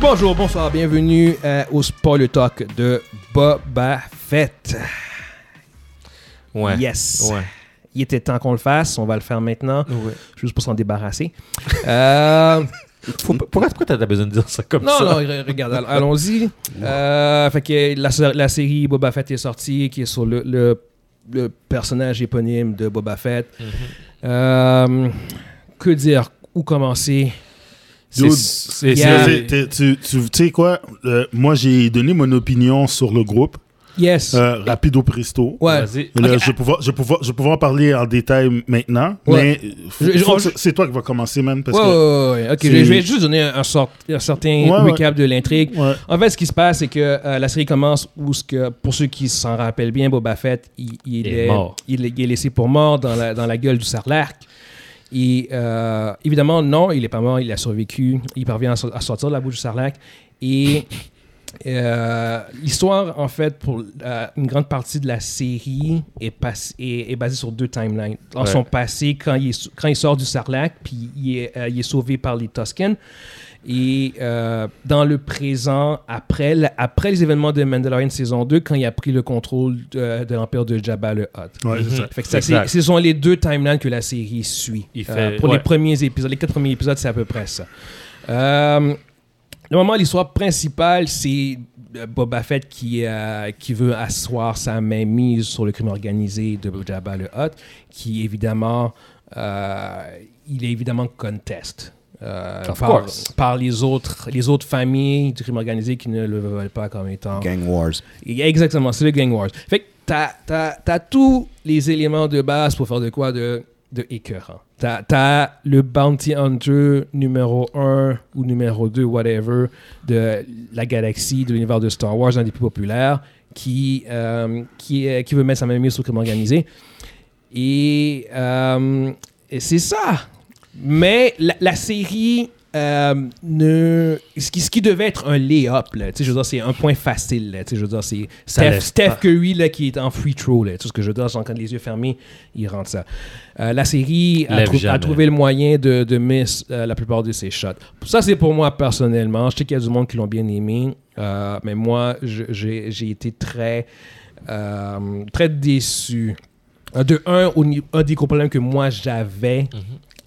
Bonjour, bonsoir, bienvenue euh, au Spoiler Talk de Boba Fett. Ouais. Yes. Ouais. Il était temps qu'on le fasse, on va le faire maintenant, Ouais. juste pour s'en débarrasser. Euh, Faut- pourquoi pourquoi t'as t'as besoin de dire ça comme non, ça? non, re- regarde, all- allons-y. Euh, fait que la, ser- la série Boba Fett est sortie, qui est sur le, le- le personnage éponyme de Boba Fett. Mm-hmm. Euh, que dire Où commencer C'est- Dude, c'est- Yeah. c'est- Tu sais, tu- tu tu sais quoi? Euh, moi, j'ai donné mon opinion sur le groupe, Yes. euh, rapido presto. ouais. Vas-y. Là, je, vais pouvoir, je, vais pouvoir- je vais pouvoir en parler en détail maintenant, Ouais. mais Je- je- faut on- que c'est toi qui vas commencer, man. Parce Ouais, que, ouais, ouais, ouais. Ok, je, c'est- je vais juste donner un, sort- un certain Ouais, ouais. recap de l'intrigue. Ouais. En fait, ce qui se passe, c'est que euh, la série commence où, ce que, pour ceux qui s'en rappellent bien, Boba Fett, il, il Il est, est mort. Il, est, il est laissé pour mort dans la, dans la gueule du sarlac. Et euh, évidemment, non, il n'est pas mort, il a survécu. Il parvient à, so- à sortir de la bouche du sarlac. Et euh, l'histoire, en fait, pour euh, une grande partie de la série est, pass- est- est basée sur deux timelines. Dans Ouais. son passé, quand il, est sou- quand il sort du sarlac, puis il est, euh, il est sauvé par les Tusken. Et euh, dans le présent, après, la- après les événements de Mandalorian saison 2, quand il a pris le contrôle de, de l'empire de Jabba le Hutt. Ouais, Mm-hmm. c'est ça. Fait que ça, Mhm. Exact. c'est- ce sont les deux timelines que la série suit. Il Euh, fait- pour les ouais. premiers épisodes, les quatre premiers épisodes, c'est à peu près ça. Euh, le moment, l'histoire principale, c'est euh, Boba Fett qui, euh, qui veut asseoir sa mainmise sur le crime organisé de Jabba le Hutt, qui évidemment, euh, il est évidemment contest. euh, Of par, course. par les autres les autres familles du crime organisé qui ne le veulent pas comme étant Gang Wars. Exactement, c'est le Gang Wars. Fait que t'as, t'as, t'as tous les éléments de base pour faire de quoi de, de écœurant. T'as, t'as le Bounty Hunter numéro 1 ou numéro 2, whatever, de la galaxie, de l'univers de Star Wars, un des plus populaires, qui, euh, qui, est- qui veut mettre sa main mise sur le crime organisé. Et, euh, et c'est ça. Mais la, la série euh, ne. Ce qui, ce qui devait être un lay-up, là, tu sais, je veux dire, c'est un point facile. là, tu sais, je veux dire, c'est Ça Steph, laisse Steph pas. Curry là, qui est en free throw. Là, tout ce que je veux dire, c'est quand les yeux fermés, il rentre ça. Euh, la série a, Lève trou- a jamais. trouvé le moyen de, de miss euh, la plupart de ses shots. Ça, c'est pour moi personnellement. Je sais qu'il y a du monde qui l'ont bien aimé, euh, mais moi, je- j'ai j'ai été très, euh, très déçu. Euh, De un, au ni- un des gros problèmes que moi j'avais, Mhm.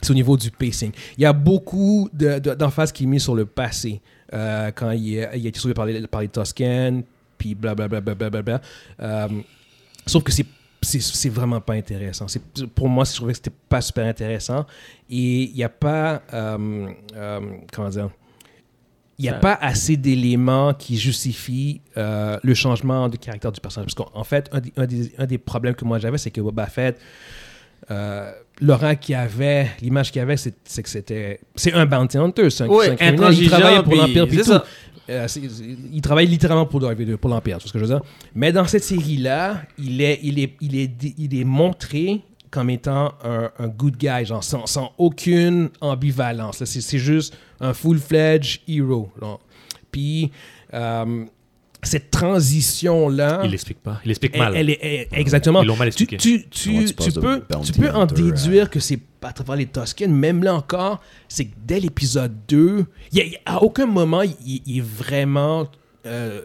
c'est au niveau du pacing. Il y a beaucoup de- de- d'emphase qui est mis sur le passé. Euh, quand il, est- il a été sauvé par les, par les Toscans, puis blablabla. Bla, bla, bla, bla. Euh, sauf que c'est c'est- c'est vraiment pas intéressant. C'est- Pour moi, je trouvais que c'était pas super intéressant. Et il n'y a pas. euh, euh, comment dire il n'y a Ça- pas assez d'éléments qui justifient euh, le changement de caractère du personnage. Parce qu'en en fait, un des, un des- un des problèmes que moi j'avais, c'est que Boba Fett, euh, l'aura qu'il avait, l'image qu'il avait, c'est c'est que c'était. C'est un bounty hunter, c'est un, Ouais, c'est un criminel. Il intransigeant, travaillait pour puis- l'Empire, puis c'est tout. ça. Euh, c'est- c'est- il travaille littéralement pour le- pour l'Empire, tu vois ce que je veux dire. Mais dans cette série-là, il est, il, est, il, est, dé- il est montré comme étant un, un good guy, genre sans, sans aucune ambivalence. là. C'est c'est juste un full-fledged hero. là. Puis, euh, cette transition-là... Il explique pas. Il explique Elle, mal. elle est, elle- exactement. Ils l'ont mal Tu, expliqué. tu, tu- Comment tu tu passes de peux, Bounty tu peux en Hunter hein? à- déduire que c'est à travers les Toscans, même là encore, c'est que dès l'épisode 2, il y a- il y a- à aucun moment, il, il est vraiment, euh,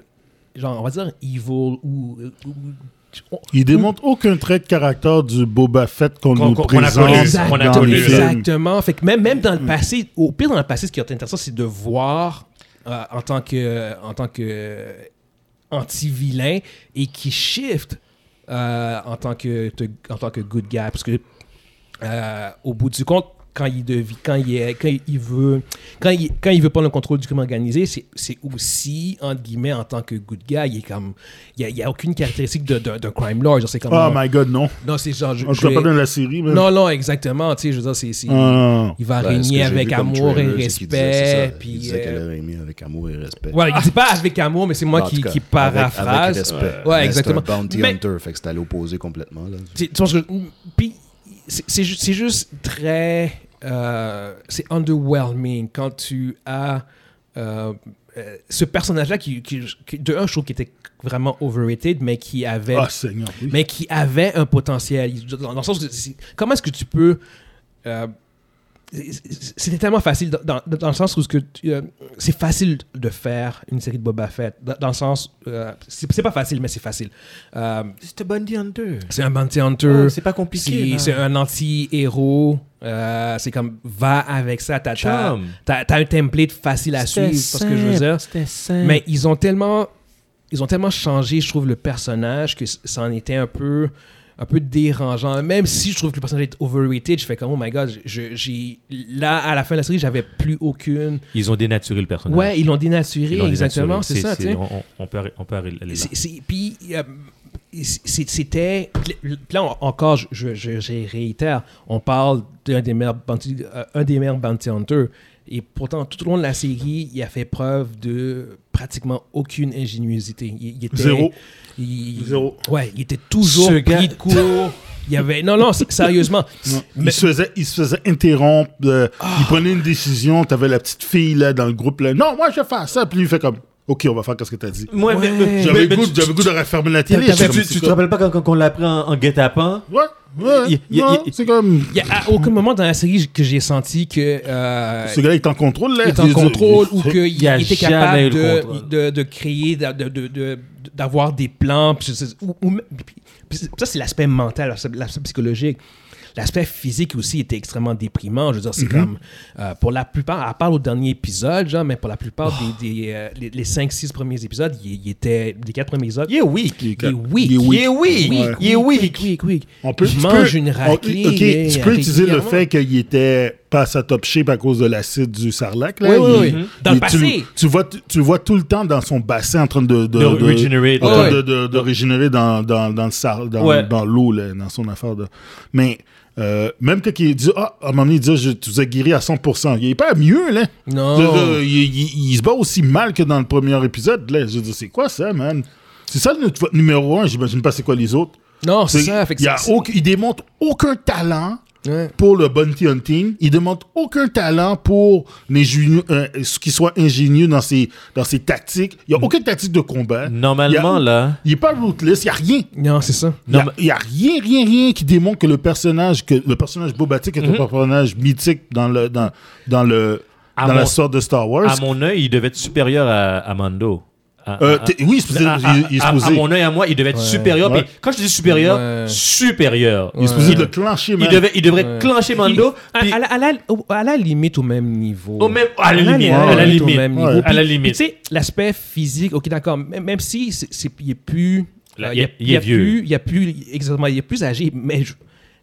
genre, on va dire, evil ou... ou- Il démontre aucun trait de caractère du Boba Fett qu'on Qu'on- nous qu'on- qu'on a présente. connu. dans Qu'on a le connu. film. Exactement. Fait que même, même dans le passé, au pire dans le passé, ce qui est intéressant, c'est de voir euh, en tant que en tant que anti-vilain et qui shift euh, en tant que te- en tant que good guy parce que euh, au bout du compte quand il devient quand il est- quand il veut quand il quand il veut prendre le contrôle du crime organisé c'est c'est aussi entre guillemets en tant que good guy il est comme il y a, il y a aucune caractéristique de, de, de crime lord Genre, c'est comme Oh my god, non. non c'est genre je- Je je te vais- parle de la série, Ah. mais. non, non, exactement. Tu sais, je veux dire, c'est, c'est- Non, non, non. il va Ben, ce que régner j'ai avec vu comme amour et trailer, c'est qu'il disait, c'est ça. respect. Il Puis, disait qu'elle euh, avait aimé avec amour et respect. voilà, il dit pas avec amour, mais c'est moi En qui, tout cas, qui avec- avec paraphrase. respect. Ouais, Mais exactement. C'est un bounty Mais- hunter, fait que c'était à l'opposé complètement. Là. Tu- tu penses que- Puis, c'est, c'est ju- c'est juste très. euh, c'est underwhelming quand tu as. euh, euh, ce personnage-là qui, qui- qui- de un, je trouve qu'il était vraiment overrated, mais qui avait Ah, Seigneur. oui. mais qui avait un potentiel. Dans dans le sens que c'est- comment est-ce que tu peux euh, c'est- c'était tellement facile dans, dans- dans le sens où ce que tu- euh, c'est facile de faire une série de Boba Fett dans, dans le sens euh, c'est c'est pas facile mais c'est facile Euh, C'est un Bundy Hunter. c'est un bounty hunter Ah, C'est pas c'est- compliqué. c'est là. un anti-héros Euh, c'est comme va avec ça t'as t'as- Chum. t'as- t'as un template facile à C'était suivre c'est ce que je veux dire C'était simple. mais ils ont tellement ils ont tellement changé, je trouve, le personnage que c- ça en était un peu un peu dérangeant. Même si je trouve que le personnage est overrated, je fais comme oh my god, je- j'ai là à la fin de la série, j'avais plus aucune. Ils ont dénaturé le personnage. Ouais, ils l'ont dénaturé Ils l'ont dénaturé. exactement, c'est ça. tu sais. On, on- on peut arrêter- on peut arrêter là. C'est- c'est- Puis euh, c'est- c'était puis là en- encore, je, je, je réitère, on parle d'un des meilleurs bounty, euh, un des meilleurs bounty hunters. Et pourtant, tout au long de la série, il a fait preuve de pratiquement aucune ingéniosité. Il, il était, Zéro. il- Zéro. Ouais, il était toujours Ce pris gars- de court. Il y avait. Non, non, s- sérieusement. Non. Mm. Mais- Il, se faisait, il se faisait interrompre. euh, Il prenait une décision. T'avais la petite fille là dans le groupe. Là, non, moi je vais faire ça. Puis lui, il fait comme Ok, on va faire ce que t'as dit. Moi, mais- mais- J'avais mais- le goût, tu- j'avais le goût de refermer la télé. tu- J'étais comme, tu- C'est Tu te quoi? rappelles pas quand- quand on l'a pris en en guet-apens Ouais, ouais. Il- il- non, il- c'est comme. Il y a à aucun moment dans la série j- que j'ai senti que. euh, Ce gars-là, il est en contrôle là. il est en Je- je- contrôle ou je- qu'il y a était jamais eu capable le de, contrôle. de, de créer, d'a- de- de- de- d'avoir des plans. puis c'est- ou- ou- puis- puis c'est- ça, c'est l'aspect mental, l'aspect- l'aspect psychologique. L'aspect physique aussi était extrêmement déprimant. Je veux dire, c'est Mm-hmm. comme, euh, pour la plupart, à part au dernier épisode, genre, mais pour la plupart Oh. des, des, euh, les, 5-6 premiers épisodes, il, il était, les 4 premiers épisodes, Il est weak. Il est il est weak. Il est weak. weak. Ouais. Il est weak. On peut, Je tu mange peux- une on- raclée, ok, mais tu peux utiliser le régulièrement. fait qu'il était pas à sa top shape à cause de l'acide du sarlac. Là. Oui, oui, Il- oui. il- Mhm. Dans le tu- passé. Tu, vois, tu, tu vois tout le temps dans son bassin en train de. De, De regenerate, en train ouais. de, de- de régénérer dans, dans, dans le sar- dans, Ouais. dans l'eau, là, dans son affaire. De... Mais euh, même quand il dit Ah, à un moment donné, il dit je, Tu vous as guéri à 100 Il est pas mieux, là. Non. Je veux dire, il, il- il se bat aussi mal que dans le premier épisode. Là. Je veux dire, c'est quoi ça, man? C'est ça notre votre numéro un, j'imagine pas c'est quoi les autres. Non, c'est C'est- ça. Fait que il y a c'est- aucun- il démontre aucun talent Ouais. pour le bounty hunting. Il démontre aucun talent pour les juniors, euh, ce qui soit ingénieux dans ses, dans ses tactiques. Il n'y a aucune tactique de combat. Mm. Normalement, Il y a- là. Il n'est pas rootless, il n'y a rien. Non, c'est ça. Il n'y Non, a, il y a rien, rien, rien qui démontre que le personnage, que le personnage Bobatic est Mm-hmm. un personnage mythique dans, le, dans, dans, le, À dans mon- la sorte de Star Wars. À mon œil, il devait être supérieur à, à Mando. À- Euh, à- t'es- oui, c'est- à- à- il, il est Ah, à- supposé- à mon œil, à moi, il devait être supérieur. Ouais. puis quand je dis supérieur, Ouais. supérieur. il est supposé Ouais. le clencher, Il, man. devait, il devrait Ouais. clencher Mando. À, puis à la, à la- au- à la limite, au même niveau. au même, à la À la limite. limite, À la ouais. au limite. même Ouais. niveau. À la Puis- limite. puis tu sais, l'aspect physique, ok, d'accord, même, même si c'est- c'est- il est plus. Là, euh, il est- y a- il y est a vieux. plus- Il y a plus, exactement, il est plus âgé, mais je-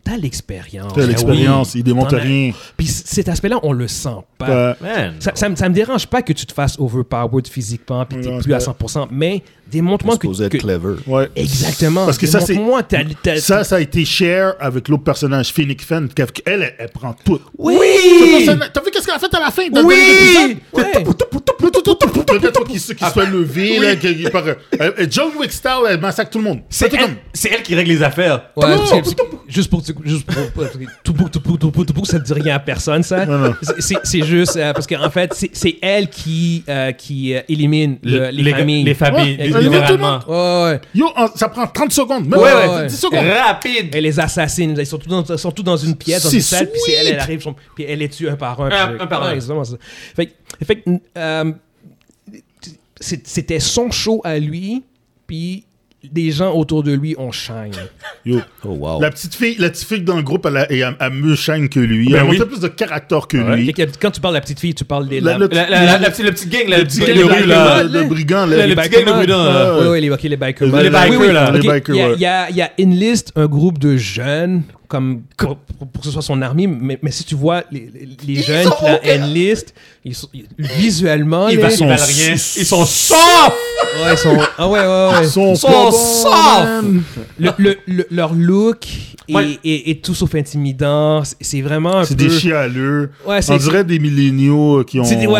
t'as l'expérience. Ah Eh T'as l'expérience, il démontre T'en as- rien. Puis c- cet aspect-là, on le sent pas. Euh, Man. Ça, ça, me- ça me dérange pas que tu te fasses overpowered physiquement puis que t'es Non, plus à c'est- 100%, mais démontre-moi C'est que, supposé que- être clever. ouais. Exactement. Parce que ça, c'est- Démontre-moi ta- ta- Ça, ça a été cher avec l'autre personnage, Phoenix Fan. Elle, elle, elle prend tout. Oui! Ce personnage- T'as vu qu'est-ce qu'elle a fait à la fin? dans le Oui! dernier épisode? Ouais. Tout, tout, tout, tout, tout, tout, tout, tout, tout, tout, tout, tout, Qui se qui se fait lever, là, qui- qui part- euh, euh, John Wick style, elle massacre tout le monde. C'est Tout elle, comme- c'est elle qui règle les affaires. Ouais, Non, c'est- tout- c'est- juste pour juste pour tout pour tout pour tout pour tout pour ça ne dit rien à personne ça Non, non. C'est- c'est c'est juste euh, parce qu'en fait c'est- c'est elle qui euh, qui euh, élimine le- Le- les, les- familles les Ouais, familles, les- exactement. littéralement. Ouais, ouais. Yo, en- ça prend 30 secondes. Même Ouais, pas ouais. 10 secondes. Rapide. elle les assassine ils sont tous dans, ils sont tous dans une pièce dans C'est une salle puis c'est elle elle sweet. arrive son- puis elle les tue un par un, Un- puis- un par Ouais, un. exactement, c'est ça. fait que- fait que, euh, c'est- c'était son show à lui puis les gens autour de lui on shine Yo, Oh, wow. La petite fille, la petite fille dans le groupe, elle a, elle a- elle a mieux shine que lui. Ben elle oui. a plus de caractère que Ouais. lui. Fait que quand tu parles de la petite fille tu parles des La- lames. le- La, la, la, la, petite- le petit gang, là, le petit gang de la- rue, là. le- le brigand, là. Le- il le va- petit gang de rue, là. Ah, ouais. Oui, oui, les, ok, les bikers. Les Oui, bikers, oui, oui. là, Ok, les bikers, il y a- ouais. Il y a, il y a Enlist, un groupe de jeunes, comme pour, pour- pour que ce soit son armée, mais, mais si tu vois les, les- les jeunes sont qui la ok. Enlist, ils sont, ils- visuellement, Ils là, valent sont- rien. Ils sont soft. ouais, ils sont. Ah ouais, ouais, ouais. Ils sont Ils sont pas bons, soft. man. Le- le- le- leur look est, Ouais. est- est tout sauf intimidant. C'est- C'est vraiment un C'est peu. des chialeux. Ouais, On c'est- dirait des milléniaux euh, qui ont. C'est des- ouais,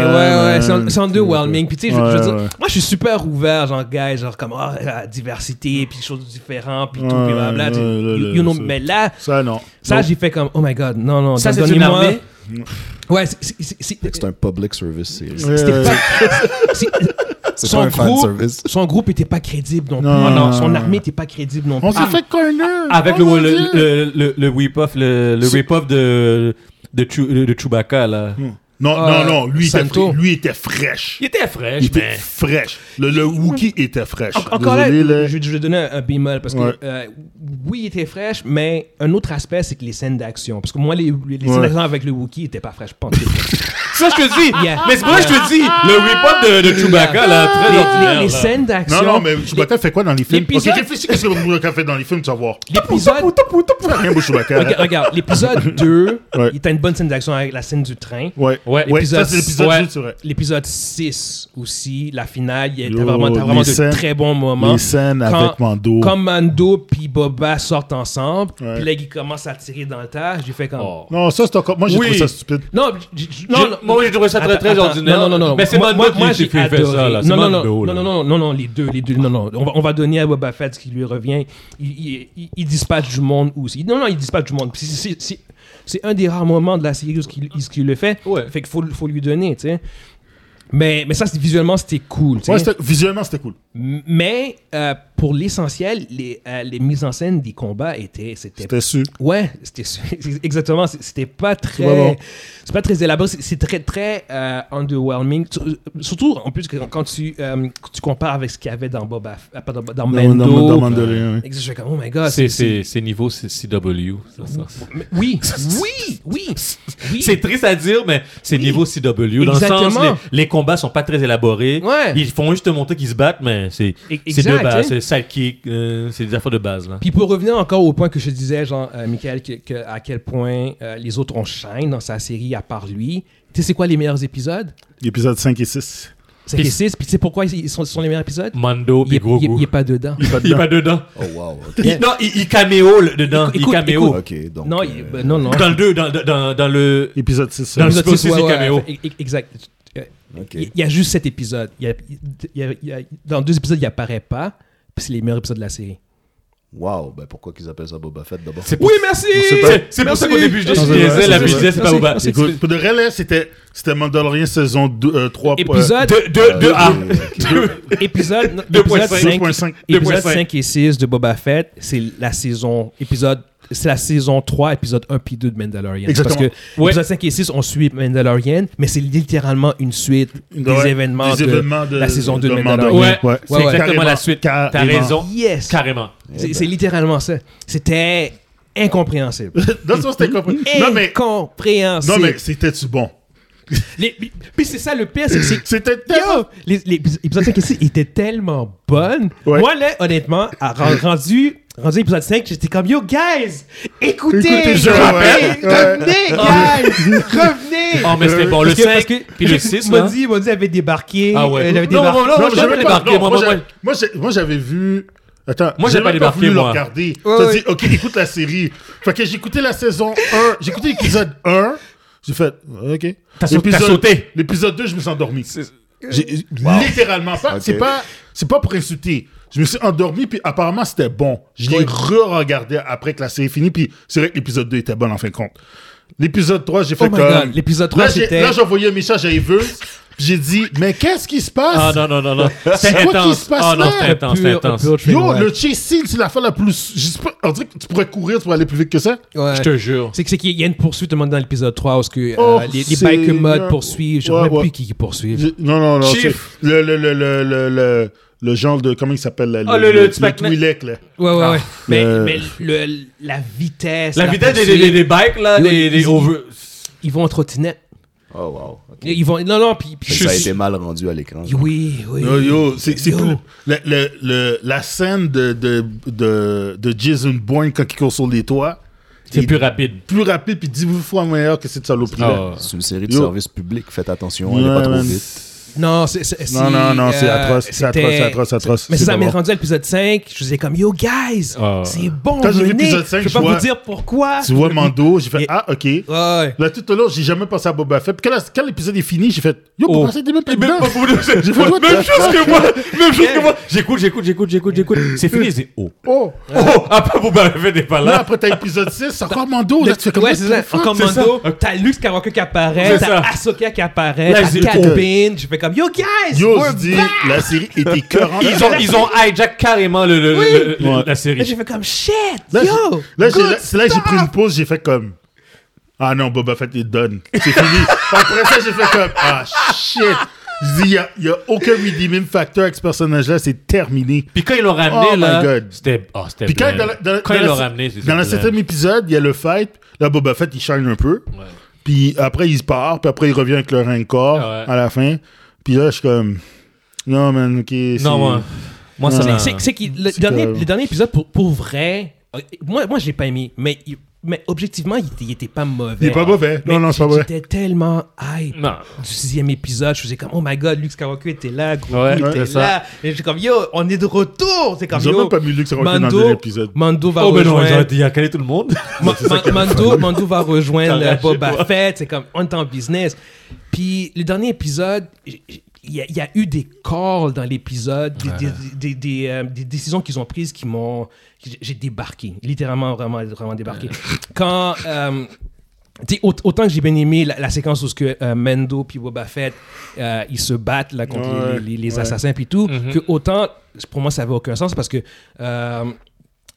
ouais, ouais, c'est un- c'est underwhelming. Puis tu sais, je, je veux Ouais, dire, ouais. moi je suis super ouvert, genre, guys, genre comme ah, la diversité, puis des choses différentes, puis tout, Ouais, puis blablabla. tu- ouais, là, you- là, you know, ça- mais là, Ça, non. ça Non. j'ai fait comme, oh my god, non, non, Ça, don- c'est une donnez-moi- armée. Ouais, c'est- c'est- c'est- c'est- C'est un public service series. Ouais, c'était ouais, pas- ouais. c'est- C'est son pas un fan groupe, service. son groupe était pas crédible non plus. Non, non, son non. armée était pas crédible non plus. Ah, On s'est fait corner. Avec Oh le, mon le, Dieu. le, le, le whip-off, le, le C'est- rip-off de, de, Chu- de Chewbacca, là. Non, Euh, non, non, lui était, Santo. fra- lui était fraîche. Il était fraîche, Il était mais... fraîche. Le, le Wookie était fraîche. En- encore Désolé, là, là. je, je vais donner un, un bémol parce que Ouais. euh, oui, il était fraîche, mais un autre aspect, c'est que les scènes d'action. Parce que moi, les, les scènes Ouais. d'action avec le Wookiee n'étaient pas fraîches. pas en tout. Ça, je te dis! Yeah. Mais c'est pour ça que je te dis, le rip-up de, de Chewbacca, là, très les, ordinaire, les- les là. scènes d'action. Non, non, mais Chewbacca fait quoi dans les films L'épisode- Ok, Qu'est-ce que Chewbacca fait dans les films, tu vas voir. L'épisode. Rien pour Chewbacca. Rega- Regarde, l'épisode 2, Ouais. il a une bonne scène d'action avec la scène du train. Ouais. Ouais, ouais ça, l'épisode- c'est l'épisode ouais. deux, c'est vrai. L'épisode 6 aussi, la finale, il y a t'as Yo, vraiment, t'as les vraiment de scènes- très bons moments. les scènes avec Mando. Quand Mando puis Boba sortent ensemble, Ouais. puis là, ils commencent à tirer dans le tas, j'ai fait comme... Oh. Non, ça, c'est encore. Moi, j'ai Oui. trouvé ça stupide. Non, j- j- non, J'ai- non, moi, j'ai trouvé ça très, Attends, très attends. ordinaire. Non, non, non, non. Mais c'est Moi- Mando moi- qui- moi, qui j'ai fait adoré. ça, là. C'est Non, non, non, Mando, non, là. non, non, non, non, les deux, les deux. Non, non, on va, on va donner à Boba Fett ce qui lui revient. Il, il, il- il dispatche du monde aussi. Non, non, il dispatche du monde. C'est- c'est- C'est c'est un des rares moments de la série où ce qu'il ce qu'il le fait. Ouais. Fait qu'il faut, faut lui donner, tu sais. Mais, mais ça, c'est- visuellement, c'était cool. tu Ouais, sais. c'était- visuellement, c'était cool. mais euh, pour l'essentiel, les, euh, les mises en scène des combats étaient... C'était C'était sûr. Ouais, c'était c'est- exactement. c'est- C'était pas très, Ouais, bon. c'est pas très élaboré. c'est- C'est très très euh, underwhelming. Sur- euh, Surtout en plus que quand tu euh, quand tu compares avec ce qu'il y avait dans Boba, F- euh, pas dans, dans Dans- dans- Mando. ben- euh, dans Mandalorian, ouais. Exact, Je fais comme oh my god. C'est, c'est- c'est, c'est niveau C- CW. ça, ça, ça. mais- Oui, oui, oui, oui. E, C'est triste à dire, mais c'est niveau CW. Dans le Exactement. sens, les, les combats sont pas très élaborés. Ouais. Ils font juste te montrer qu'ils se battent, mais c'est, E- c'est de exact, hein. base. C'est sidekick, euh, c'est des affaires de base. Là. Puis pour revenir encore au point que je disais, genre, euh, Michael, que- que- à quel point euh, les autres ont shine dans sa série à part lui. Tu sais, c'est quoi les meilleurs épisodes Épisode 5 et 6. C'est les 6. Puis tu sais pourquoi ils sont, sont les meilleurs épisodes Mando, il puis est, gros il est- goût. il est pas dedans. Il est pas dedans. Oh, wow. OK. Il- non, il, il caméo le- dedans. Écoute, il caméo. écoute. OK, donc. oh. Non, euh, il- ben, non, non. Dans le 2, dans, dans, dans le. Épisode 6. Dans ouais. le- Épisode six, aussi, c'est caméo. e- e- Exact. Euh, OK. Il il y a juste cet épisode. Il y a- il y a- il y a- dans deux épisodes, il apparaît pas. Puis c'est les meilleurs épisodes de la série. Wow, ben pourquoi qu'ils appellent ça Boba Fett d'abord Oui, merci! C'est, c'est pour ça qu'au début, je Merci. disais, la Merci. budget, c'est pas Merci. Boba. Merci. Écoute, pour de vrai, là, c'était c'était Mandalorian saison euh, 3. Épisode, De, de, de A. épisode, non, Deux point épisode cinq. 5, Deux point cinq. épisode Deux point 5 et 6 de Boba Fett, c'est la saison épisode c'est la saison 3, épisode 1 puis 2 de Mandalorian. Exactement. Parce que Ouais. épisode 5 et 6, on suit Mandalorian, mais c'est littéralement une suite des Ouais, événements, des de, événements de- la saison de 2 de Mandalorian. Mandalorian. Ouais, Ouais. c'est Ouais, ouais. exactement la Carrément. suite. T'as Carrément. raison. Yes! Carrément. Eh ben. C'est c'est littéralement ça. C'était incompréhensible. Non, ça, c'était compris. Non, mais, incompréhensible. non, mais c'était-tu bon? Les- puis- puis c'est ça le pire, c'est que c'est- C'était tellement. Yo, les, les épis- épisodes 5 et 6 étaient tellement bonnes. Ouais. Moi, là, honnêtement, à ren- rendu, rendu à l'épisode 5, j'étais comme Yo, guys, écoutez, Écoutez, je- revenez, ouais, ouais. revenez, guys, revenez. Oh, mais c'était bon. Le Parce que- parce 5 que- puis le 6, m'a là. dit, m'a dit, avait débarqué. Ah ouais. euh, j'avais Non, débarqué. non, non, Non, non, mais j'ai pas j'avais pas- débarqué. non, Moi, moi, moi, j'avais- moi, j'ai- moi, j'avais vu. Attends, Moi, j'ai j'avais pas débarqué, voulu le moi. regarder. Ouais, T'as ouais. dit, OK, écoute la série. Fait que j'écoutais la saison 1, j'écoutais l'épisode 1, j'ai fait, OK. T'as sauté- L'épisode- t'as sauté. L'épisode 2, je me suis endormi. J'ai- Wow. Littéralement. Pas, Ok. C'est pas, c'est pas pour insulter. Je me suis endormi, puis apparemment, c'était bon. Je l'ai re-regardé après que la série est finie, puis c'est vrai que l'épisode 2 était bon, en fin de compte. L'épisode 3, Oh j'ai fait my comme- God, l'épisode 3, Là, j'ai- c'était- Là, j'ai envoyé un message à Eveuse, puis j'ai dit, mais qu'est-ce qui se passe? Ah non, non, non, non. C'était C'est quoi qui intense. se passe Ah non, là? c'était intense, c'était Pur- intense. pur train Yo, wreck. le chasing, c'est l'affaire la plus. Je sais pas, on dirait que tu pourrais courir, tu pourrais aller plus vite que ça. Ouais. Je te jure. C'est que- c'est qu'il y a une poursuite au moment dans l'épisode 3 où ce que, euh, Oh, les, les c'est- bikers mode poursuivent. Je ne Ouais, sais même ouais. plus qui, qui poursuivent. Je- Non, non, non. Chief. c'est Le, le, le, le, le, le, le genre de. Comment il s'appelle là, Ah, le- le- tu le m'as- Twi'lek, là. Ouais, Ah, ouais, ouais. Mais, Euh. mais le- la vitesse. La vitesse des, poursuite, des, des bikes, là, Yo, des, des ils- over. Ils vont en trottinette. Oh, wow. ok. Ils vont. Non, non, puis. puis- Ça a été mal rendu à l'écran. Oui, oui. Yo, yo, c'est c'est Yo. plus. le- le- le- la scène de, de, de, de Jason Bourne quand il court sur les toits. C'est est plus rapide. plus rapide puis 10 fois meilleur que cette saloperie-là. C'est une série de Yo. service public, faites attention, on n'est pas Ouais, trop man. vite. Non, c'est. c'est- Non, non, non, c'est euh, atroce, c'est atroce, c'était- c'est atroce, c'est atroce. Mais C'est ça m'est d'abord. rendu à l'épisode 5. Je disais comme, yo, guys, Ah. c'est bon. Quand j'ai vu venez. l'épisode 5, je peux je pas vois- vous dire pourquoi. Tu vois Mando, j'ai fait Et- Ah, ok. Ouais. Là, tout au long, j'ai jamais pensé à Boba Fett. Puis quand, la- quand l'épisode est fini, j'ai fait Yo, Oh. Boba Fett, t'es même pas dedans. J'ai fait, what the Même chose que moi. Même chose que moi. J'écoute, j'écoute, j'écoute, j'écoute, j'écoute. C'est fini, c'est oh. Oh. Oh, après, vous m'avez des pas Là, là. après, t'as épisode 6, c'est encore Mando. Là, tu fais comme Ouais, What c'est the ça. fuck? En commando, t'as Luke Skywalker qui apparaît, C'est t'as ça. Ahsoka qui apparaît, Là, t'as j'ai- Catbin. Je fais comme, yo, guys, oh. Yo, we're je dis, back. la série était écœurante. Ils ont, ils ont hijack carrément le, le, le- le- Ouais. la Là, série. j'ai fait comme, shit, Là, yo. j'ai- là, j'ai- good là, c'est là que j'ai pris stuff. une pause, j'ai fait comme Ah non, Boba Fett est done. C'est fini. Après ça, j'ai fait comme Ah shit. Je dis, il n'y a, aucun redeeming factor avec ce personnage-là, c'est terminé. Puis quand ils l'ont ramené, Oh my là, God. c'était. Oh, c'était Puis quand, blanc. dans la- dans la- Quand dans ils la- l'ont ramené, c'était. dans le blanc. septième épisode, il y a le fight. Là, Boba Fett, il shine un peu. Ouais. Puis après, il se part. Puis après, il revient avec le rancor Ah ouais. à la fin. Puis là, je suis comme. Non, man, ok. Non, moi, moi Ah. ça m'a- C'est- C'est c'est que le C'est dernier, que- le dernier épisode, pour, pour vrai, euh, moi, moi je l'ai pas aimé, mais, il- mais objectivement, il était, il était pas mauvais. Il est pas mauvais. Non, Mais non, c'est pas vrai. J'étais tellement hype Non. du sixième épisode. Je faisais comme, oh my god, Luke Skywalker était là, Grogu Ouais, était c'est ça. là. Et j'étais comme, yo, on est de retour. C'est comme, Ils ont yo, même pas mis Luke Skywalker dans le dernier Mando, épisode. Mando va Oh, ben non, rejoindre... ils ont- ils ont calé tout le monde. Ma- Ma- Mando, Mando va rejoindre T'as euh, lâché, Boba toi. Fett, c'est comme on est en business. Puis le dernier épisode, j- j- il y, a- il y a eu des calls dans l'épisode, des, des, des- des, euh, des décisions qu'ils ont prises qui m'ont. j- J'ai débarqué, littéralement, vraiment, vraiment débarqué. Quand. euh, tu sais, aut- autant que j'ai bien aimé la, la séquence où ce que euh, Mendo puis Boba Fett euh, ils se battent là, contre les- Ouais, les, les ouais. Mm-hmm. assassins puis tout, que autant pour moi ça avait aucun sens parce que euh,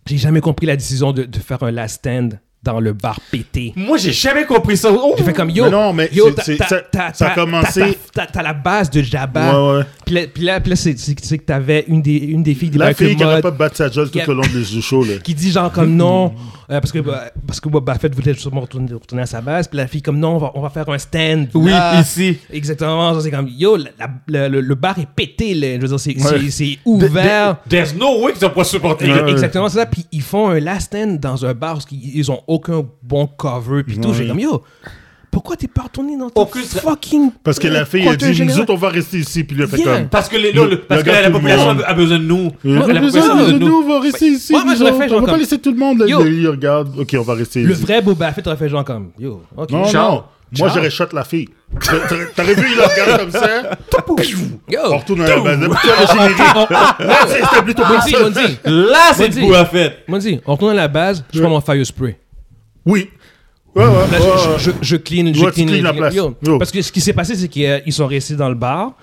j'ai jamais compris la décision de, de faire un last stand dans le bar pété. Moi, j'ai jamais compris ça. Oh! J'ai fait comme yo. Mais non, mais yo, c'est- t'as- c'est- t'as- ça- t'as- ça a t'as- commencé- t'as- t'as- T'as la base de Jabba. Ouais, ouais. Puis là, puis là, puis là, c'est c'est- c'est que t'avais une des, une des filles des La Back fille qui Mode n'arrête pas de battre sa gueule tout Yep. le long du du show, là. qui dit genre comme non euh, parce que bah, parce que Boba Fett voulait justement retourner, retourner à sa base puis la fille comme non on va, on va faire un stand Oui, là. ici. exactement genre, c'est comme yo la- la- le, le bar est pété là. je veux dire c'est Ouais. c'est- c'est ouvert There's no way qu'ils ont pas supporté. Et- Ouais, ouais. Exactement, c'est ça. Puis ils font un last stand dans un bar parce qu'ils ils ont aucun bon cover. Puis tout. J'ai comme, yo, pourquoi t'es pas retourné dans ton Aucune- fucking. euh, Parce que la fille a quartier dit, nous général? autres, on va rester ici. Puis il a fait Yeah. comme. Parce que, les, le- le- Le- parce le que gars, la, tout le population monde. a besoin de nous. Nous, la population a besoin de nous. on va rester ici. moi, moi, je nous l'aurais fait, autres. genre on va pas comme- laisser tout le monde. là, Yo. Il regarde. Ok, on va rester Le ici. vrai Boba Fett aurait fait genre comme, yo, ok. Non, Ciao. non. Moi, Ciao. j'aurais shot la fille. T'aurais t'aurais vu, il la regarde comme ça. Yo, Ah, On retourne à la base. D'habitude, on va générer. Là, c'est- C'était plutôt comme Monty, ça. Monty, Là, c'est Vas-y. le coup à faire. Monty, on retourne à la base, je prends mon fire spray. Oui. Ouais, ouais, Là, ouais, je- ouais. je, je, je clean, je Ah. Ouais, tu clean, clean la place. Yo, Yo. Parce que ce qui s'est passé, c'est qu'ils sont restés dans le bar.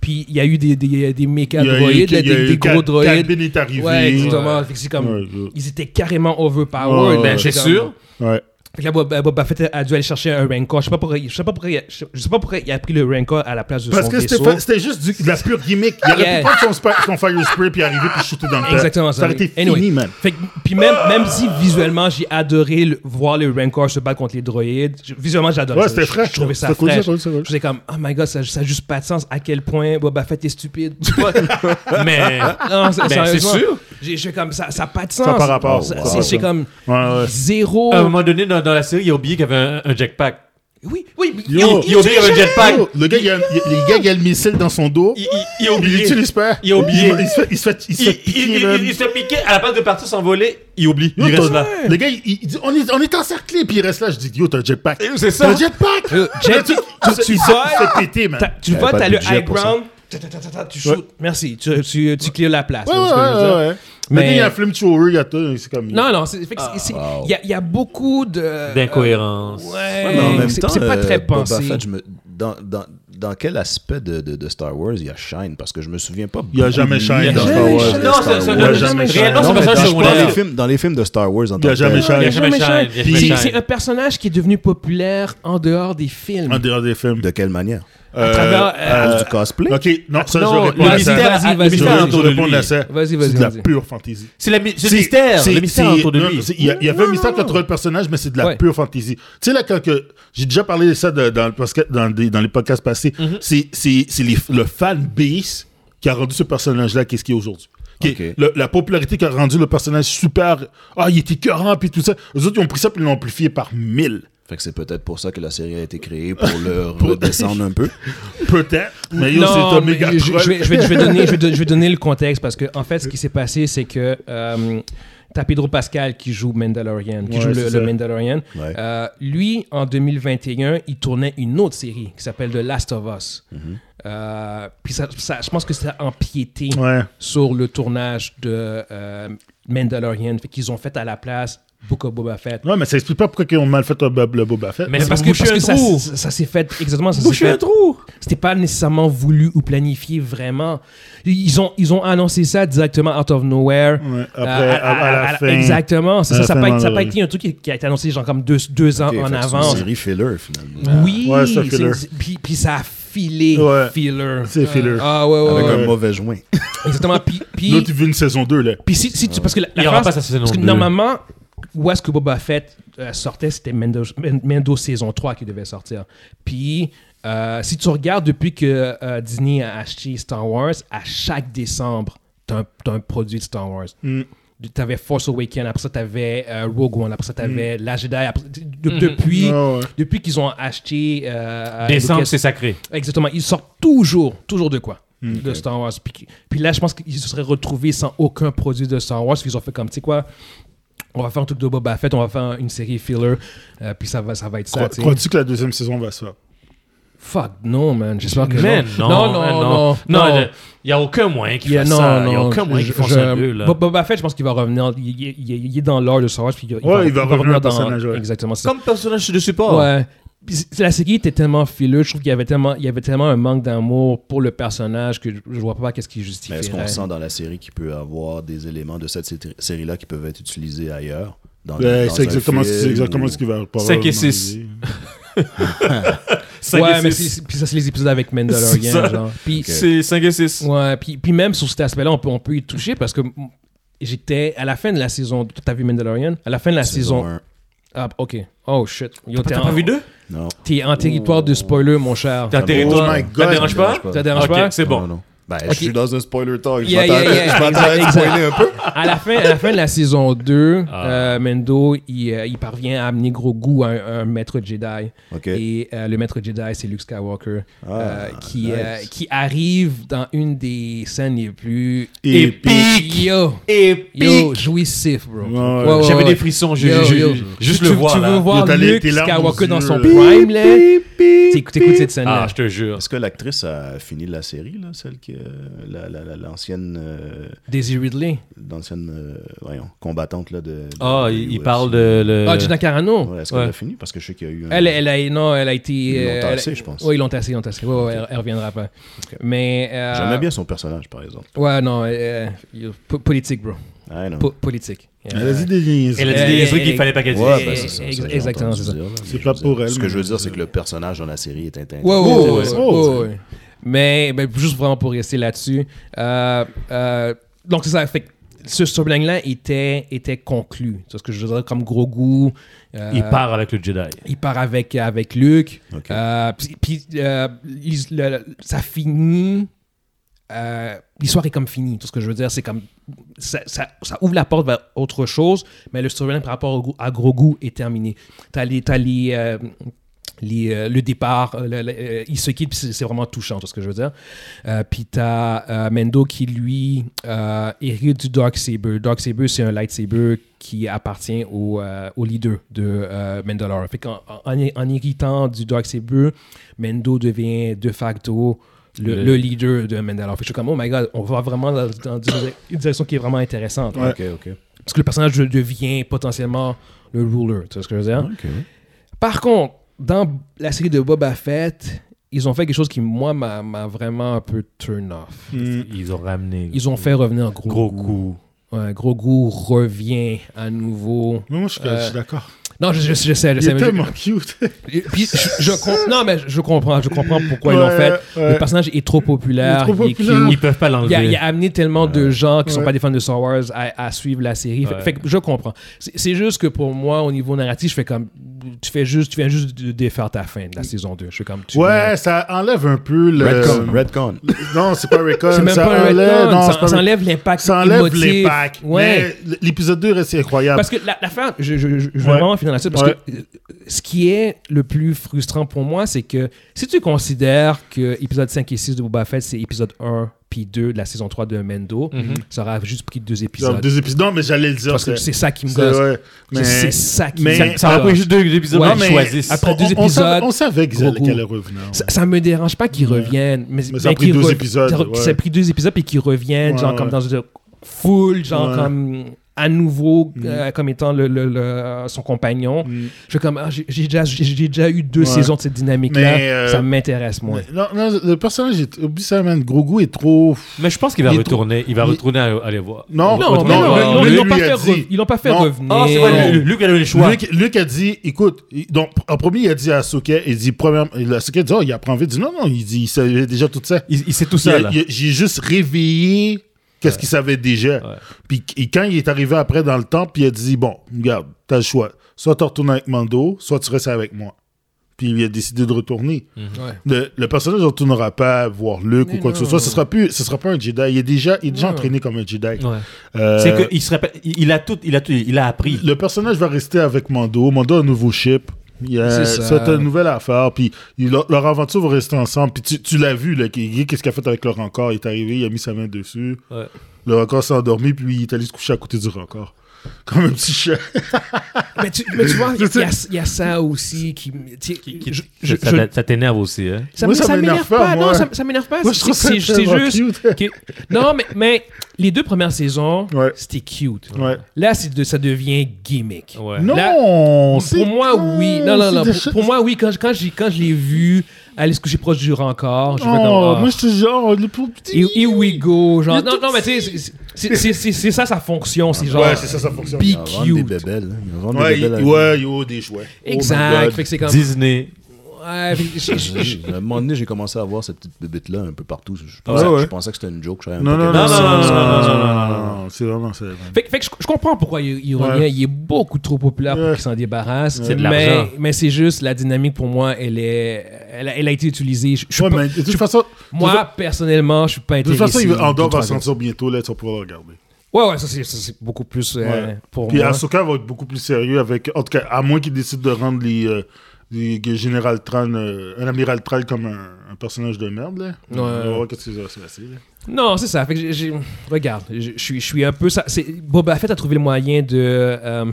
Puis il y a eu des, des, des méca Il y a eu- droïdes, là, il y a des, eu des gros Cal- droïdes. Calvin est arrivé. Ouais, exactement. Fait que c'est comme, Ouais, je- ils étaient carrément overpowered. Ouais, ouais, là, Ben, C'est c'est comme- sûr. Ouais. Fait que là, Bob- Boba Fett a dû aller chercher un Rancor. Je sais pas pourquoi, je sais pas pourquoi, il a- je sais pas pourquoi il a pris le Rancor à la place de Parce son que c'était vaisseau. fa- c'était juste du- de la pure gimmick. Ah, Il aurait Yeah. pu prendre son, spa- son fire spray puis arriver puis shooter dans le tas. Exactement Ça ça. aurait été Anyway. fini, man. Fait que- puis même, même si visuellement j'ai adoré le- voir le Rancor se battre contre les droïdes, je- visuellement j'ai adoré ça. Ouais, c'était hein. Je- frais. Je trouvais ça C'était cool, frais. ça, cool, ça, cool. Je faisais comme, oh my god, ça, ça a juste pas de sens à quel point Boba Fett est stupide. Mais. non, c'est Ben, c'est sérieusement, sûr. J'ai j'ai comme, ça ça a pas de sens. Ça par rapport. Ça- ça, c'est- par C'est rapport. comme Ouais, ouais. zéro. À un moment donné, dans, dans la série, il a oublié qu'il y avait un, un jetpack. oui, oui, mais- Yo, Il a oublié qu'il y avait un jetpack. Yo, Oh, le gars, il y a, il y a- le gars, il y a le missile dans son dos. Il, il, il a Il oublié. l'utilise pas. Il a oublié. Il se fait, il se fait, il se Il, fait il- il- piquer, il- man. il se fait piquer. À la place de partir s'envoler, il oublie. Il Yo, reste t'as- là. Le gars, il, il dit, on est, on est encerclé, puis il reste là. Je dis, yo, t'as un jetpack. Et C'est T'as ça. un jetpack! Yo, jet- Là, tu, tu, Euh, tu il se- voles. il se fait péter, man. T'as- tu Y'avait vois, pas t'as de le budget high pour ça. ground. ta, ta, ta, ta, ta, Tu shoots. Merci. Tu, tu, tu clears la place. Ouais, c'est ouais, ce que je veux dire. ouais, ouais. Mais- Mais il y a un film tueur, il y a tout, c'est comme. Non, non. c'est- fait que c'est- c'est- Il y, a- il y a beaucoup de. D'incohérence. Ouais. Ouais, mais en même c'est- temps, c'est pas euh, très Boba pensé. Fett, je me- dans, dans, dans quel aspect de, de, de Star Wars il y a Shine Parce que je me souviens pas. Il y a beaucoup jamais de Shine liens dans de Star Star Wars. Wars. Non, c'est- c'est- Il y a c'est- Réellement, jamais Shine. c'est Non, pas ça mais dans, je parle secondaire. des films, dans les films de Star Wars en Il y tant a que jamais tel. Shine. Il y a jamais jamais Shine, Shine. il y a jamais C'est Shine. c'est un personnage qui est devenu populaire en dehors des films. En dehors des films. De quelle manière À travers, euh, À cause du cosplay Ok, non, ça, Non, je le réponds à ça. mystère, Vas-y, vas-y, le Je mystère vas-y. je autour de réponds lui. à ça. Vas-y, vas-y, C'est de la vas-y. pure fantaisie. C'est la mi- c'est le C'est- mystère. c'est- Le mystère c'est- autour de non, lui. c'est- Il y, a- il y avait un mystère contre le personnage, mais c'est de la Ouais. pure fantaisie. Tu sais, là, quand que- j'ai déjà parlé de ça de- dans, le podcast- dans, des- dans les podcasts passés, Mhm. c'est- c'est c'est les- le fan base qui a rendu ce personnage-là qu'est-ce qu'il est aujourd'hui. Qui est- Ok. le- la popularité qui a rendu le personnage super. Ah, il était coeurant, puis tout ça. Eux autres, ils ont pris ça, puis ils l'ont amplifié par mille. Fait que c'est peut-être pour ça que la série a été créée, pour le redescendre un peu. Peut-être, mais yo, c'est Non, un mais méga je, je troll. vais, je, vais, je vais donner, je, vais, don- je vais donner le contexte parce que en fait, ce qui s'est passé, c'est que euh, t'as Pedro Pascal qui joue Mandalorian, qui Ouais, joue le, c'est le ça. Mandalorian. Ouais. Euh, lui, en 2021, il tournait une autre série qui s'appelle The Last of Us. Mhm. Euh, puis ça, ça- je pense que ça a empiété Ouais. sur le tournage de euh, Mandalorian, fait qu'ils ont fait à la place Book of Boba Fett. Ouais, mais ça explique pas pourquoi ils ont mal fait le Bob- le Boba Fett. Mais Mais c'est parce que, pour boucher parce que ça, un trou. ça- ça s'est fait exactement ça s'est Boucher un fait. trou. C'était pas nécessairement voulu ou planifié vraiment. Ils ont, ils ont annoncé ça directement out of nowhere. Ouais, après, Euh, à- à la fin. Exactement. C'est À ça, la ça fin n'a pas, de ça a pas la- été un truc qui, qui a été annoncé genre comme deux, deux ans Ok, fait que en c'est avance. Une série filler, finalement. Oui, Ouais, c'est un c'est- filler. c'est- puis, puis ça a filé, Ouais. filler. C'est filler. Ah ouais, ouais, Avec ouais. un mauvais joint. exactement. Puis, puis- Là, tu veux une saison 2, là. puis si, si tu, parce que la, la Il y aura phrase- pas sa saison parce que deux. normalement, où est-ce que Boba Fett euh, sortait, c'était Mendo, Men- Mendo saison 3 qui devait sortir. Puis, euh, si tu regardes depuis que euh, Disney a acheté Star Wars, à chaque décembre, t'as un, t'as un produit de Star Wars. T'avais Force Awakens, après ça t'avais euh, Rogue One, après ça t'avais La Jedi. après- de- Depuis, Ah ouais. depuis qu'ils ont acheté... euh, euh, Décembre, Lucas- c'est sacré. Exactement. Ils sortent toujours, toujours de quoi Hmm. De Star Wars. Puis, puis là, je pense qu'ils se seraient retrouvés sans aucun produit de Star Wars. Ils ont fait comme, tu sais quoi on va faire un truc de Boba Fett, on va faire une série filler, euh, puis ça va, ça va être ça. Crois- tu sais. Crois-tu que la deuxième saison va se faire Fuck, non, man. J'espère que Man, non, Non, non, man, non. non. non. le- Il n'y a aucun moyen qu'ils Yeah, fassent non, ça. Il non, n'y a aucun moyen je- qu'ils font je- ça d'eux, là. Bo- Boba Fett, je pense qu'il va revenir. Il, il- il- il est dans l'heure de Star Wars, puis il, Ouais, il va revenir dans. au personnage, ouais. Exactement. c'est ça. Comme personnage de support. Ouais. Puis c- La série était tellement fileuse, je trouve qu'il y avait tellement, il y avait tellement un manque d'amour pour le personnage que je, je vois pas qu'est-ce qui justifie. Mais est-ce qu'on sent dans la série qu'il peut avoir des éléments de cette sé- série-là qui peuvent être utilisés ailleurs dans Ben, dans C'est un exactement, film c'est exactement ou- ce qui va pas Cinq et six. Cinq et Ouais, mais six. c'est- c'est- puis ça, c'est les épisodes avec Mandalorian, C'est ça. genre. Puis, C'est 5 et 6. ouais, puis, puis même sur cet aspect-là, on peut, on peut y toucher parce que m- j'étais à la fin de la saison. T'as vu Mandalorian À la fin de la saison. un. Ah, ok. Oh shit. Yo, T'as en- pas vu deux Non. T'es en territoire de spoiler, mon cher. T'es en territoire. my Ça God. te dérange pas Oh Ça Oh Ça me dérange pas. te dérange Ok, pas c'est bon. Non, non. Ben, Ok. je suis dans un spoiler talk. Je Yeah, yeah, m'attendais- yeah. je m'attendais à être spoilé un peu. À la fin, à la fin de la saison 2, Ah. euh, Mendo, il, euh, il parvient à amener gros goût à un, un maître Jedi. Ok. Et euh, le maître Jedi, c'est Luke Skywalker, Ah, euh, qui, nice. euh, qui arrive dans une des scènes les plus Épique. Yo, yo, Épique. jouissif, bro. ouais. J'avais des frissons. je- Yo, je- yo. je- Juste Tu- le tu- voir, Tu veux là. voir Yo, t'as les- Luke tes larmes aux Skywalker dans yeux, son là. prime, là? T'écoutes t'écoutes cette scène-là. Ah, je te jure. Est-ce que l'actrice a fini la série, là, celle que la- la- la- l'ancienne, euh, Daisy Ridley. l'ancienne, euh, voyons, combattante là de. de- Ah, de il, il UFC. parle de. Le... Ah, Gina Carano. Ouais, Est-ce qu'elle Euh, Ouais. a fini Parce que je sais qu'il y a eu. un- Elle, elle a, non, elle a été. l'ont euh, tassée, elle a- je pense. Oui, ils l'ont tassée, ils l'ont tassée. Ouais, ouais, elle, elle reviendra pas. Mais. euh, J'aimais bien son personnage, par exemple. Ouais, non, euh, yo, po- politique, bro. Ah, non. Po- politique. Elle a dit des liens. Elle a Euh, dit des elle- trucs qu'il elle- fallait pas qu'elle dise. Ouais, ben, ben, c'est c'est ça, ça. c'est ça que j'ai exactement, entendu c'est dire, C'est pas pour elle, Ce mais que je veux je dire, c'est sais. que le personnage dans la série est intéressant. Ouais, ouais, Oh, ouais, ouais, ouais, oh, ouais, ouais. Mais ben, juste vraiment pour rester là-dessus. euh, euh, donc, c'est ça. Fait que ce storyline-là était, était conclu. C'est ce que je dirais comme gros goût. euh, Il part avec le Jedi. il part avec, avec Luke. Ok. Euh, puis- puis euh, l'is- le- le- ça finit. euh, L'histoire est comme finie. Tout ce que je veux dire, c'est comme. Ça, ça- ça ouvre la porte vers autre chose, mais le storyline par rapport au goût- à gros goût est terminé. T'as les. t'as les, euh, les, euh, le départ, euh, le- le- euh, il se quitte, puis c'est c'est vraiment touchant, tout ce que je veux dire. Euh, puis t'as euh, Mendo qui, lui, euh, hérite du Dark Saber. Dark Saber, c'est un lightsaber qui appartient au, euh, au leader de euh, Mandalore. Fait qu'en en, en héritant du Dark Saber, Mendo devient de facto le, Le- le leader de Mandalore. Fait que je suis comme, oh my god, on va vraiment dans, dans une direction qui est vraiment intéressante. Ouais. Ok, ok. Parce que le personnage devient potentiellement le ruler, tu vois ce que je veux dire? Par contre, dans la série de Boba Fett, ils ont fait quelque chose qui, moi, m'a m'a vraiment un peu turn Hmm. off. Ils ont ramené. Mm. Ils ont fait revenir Gros, Gros Goût. coup. Ouais, gros goût revient à nouveau. Mais moi, je suis Euh, je suis d'accord. Non, je, je, je sais, je Il sais. est mais je- tellement cute. puis je- je com- non, mais je comprends, je comprends pourquoi ils Ouais, l'ont fait. ouais. Le personnage est trop populaire. Il est trop cute. populaire. Ils peuvent pas Il a, il l'enlever. a amené tellement de gens qui sont Ouais. pas des fans de Star Wars à, à suivre la série. Fait, Ouais. fait que je comprends. C'est c'est juste que pour moi, au niveau narratif, je fais comme. Tu fais juste, tu viens juste de défaire ta fin de la saison 2. Je fais comme. Tu Ouais, ça enlève un peu le. Redcon, Redcon. Non, c'est pas Redcon. C'est même ça pas un enlève... retcon, non, ça- c'est pas Ça enlève l'impact. Ça enlève émotif. les packs. Ouais. Mais l'épisode 2 reste incroyable. Parce que la, la fin, je, je, je- je veux Ouais. vraiment finir là-dessus, parce Ouais. que euh, ce qui est le plus frustrant pour moi, c'est que si tu considères que épisode 5 et 6 de Boba Fett, c'est épisode 1 puis 2 de la saison 3 de Mendo, ça aura juste pris deux Mhm. Genre, épisodes. Deux épisodes. Non, mais j'allais le dire. Parce que c'est ça qui me c'est- gosse. ouais. Mais- C'est ça qui mais- me Ça aurait gosse. pris juste deux épisodes Ouais, qu'ils mais- choisissent. après- on- deux on- on épisodes, savait- On savait qu'ils allaient- gros qu'elle goût. allait revenir. Ça, ça me dérange pas qu'ils reviennent. Mais, Mais ça a pris qu'ils deux re- épisodes, qu'ils re- ouais. Ça a pris deux épisodes puis qu'ils reviennent, Ouais, genre comme ouais. Mm. dans une foule, genre Ouais. comme à nouveau euh, comme étant le, le- le- son compagnon. Je suis comme, ah, j'ai j'ai déjà, j'ai- j'ai déjà eu deux Mm. Ouais. saisons de cette dynamique-là, Mais, euh, ça m'intéresse moins. Non, non, le personnage, est... oublie ça, man. Grogu est trop. Mais je pense qu'il va Il est retourner. Il va il- retourner à- aller voir. Non, Non, non, non, non, non, ils lui, l'ont lui pas a fait dit. re- ils l'ont pas fait Non. revenir. Ah, c'est vrai, Lu- Luc a donné le choix. Luc, Luc a dit, écoute, il- donc, en premier, il a dit à Soquet, il dit, première, il a- Soquet dit, oh, il apprend vite. Il dit, non, non, il dit, il savait déjà tout ça. Il, il sait tout Il a- ça, là. il a- J'ai juste réveillé qu'est-ce qu'il savait déjà. Ouais. Puis et quand il est arrivé après dans le temps, puis il a dit, bon, regarde, t'as le choix. Soit tu retournes avec Mando, soit tu restes avec moi. Puis il a décidé de retourner. Hmm. Ouais. Le, le personnage ne retournera pas voir Luke Mais ou quoi que ce non. soit. Ce sera plus, ce sera pas un Jedi. Il est déjà, il est déjà Non. entraîné comme un Jedi. Ouais. Euh, C'est que il se rappelle- il il a tout, il a tout, il a appris. le personnage va rester avec Mando. Mando a un nouveau ship. Il a- C'est ça. C'est une nouvelle affaire. Puis il- leur leur aventure va rester ensemble. Puis tu, tu l'as vu, là, qu'il- qu'est-ce qu'il a fait avec le rencor. Il est arrivé, il a mis sa main dessus. Ouais. Le rencor s'est endormi, puis il est allé se coucher à côté du rencor. Comme un petit chat. Mais, tu, mais tu vois, il y, a- il y a ça aussi qui. tu sais, Qui- je- je- ça je- ça- ça t'énerve aussi, hein. Ça, Moi, m- ça ça m'énerve m'énerve pas, pas. moi. Non, ça, ça m'énerve pas. Moi, je C'est- trouve ça c'est- c'est tellement juste. cute. que- Non, mais, mais les deux premières saisons, Ouais. c'était cute. Ouais. Là, c'est de- ça devient gimmick. Ouais. Non, Là, c'est Pour moi, quoi, oui. Non, non, c'est non. des Pour, chats- pour moi, oui. Quand, je- quand, j'ai- quand je l'ai vu aller se coucher proche du rencor, je Oh, fais comme, ah. moi, je te genre, le pauvre petit. Here here we go. Genre, Il est non, tout non, mais tu sais, c'est- c'est- c'est- c'est c'est ça sa fonction. C'est genre. Ouais, c'est ça, ça fonctionne. be Il va vendre des cute. bébelles. hein. Il va vendre Ouais, des il, bébelles. à- ouais, yo, des jouets. Oh my Exact. God. fait que c'est comme. Disney. Ouais, fait que j'ai- j'ai- j'ai- À un moment donné, j'ai commencé à voir cette petite bébête-là un peu partout. Je Ouais, pensais, Ah ouais. je pensais que c'était une joke. je savais même Non, pas non, non, qu'elle non, était- non, non, non, non, non, non, non, non, c'est vraiment ça. Fait, que- fait que je, je comprends pourquoi il, il revient. Ouais. Il est beaucoup trop populaire pour Ouais. qu'il s'en débarrasse. C'est de mais l'argent. mais c'est juste, la dynamique pour moi, elle, est, elle, a, elle a été utilisée. Je- je suis Ouais, pas- mais de toute façon, moi, personnellement, je suis pas de toute intéressé. façon, il va- Andor Deux, va trois gars. sortir bientôt, là, tu vas pouvoir le regarder. Ouais, ouais, ça c'est- ça, c'est beaucoup plus euh, Ouais. pour Puis moi. Ahsoka va être beaucoup plus sérieux avec. En tout cas, à moins qu'il décide de rendre les. euh, les que Général Tran, euh, un amiral Tran comme un, un personnage de merde, là. Ouais. On va voir qu'est-ce qui va se passer, là. Non, c'est ça. Fait que j'ai- j'ai- regarde, je je suis je suis un peu. Ça, c'est- Boba Fett a trouvé le moyen de, euh,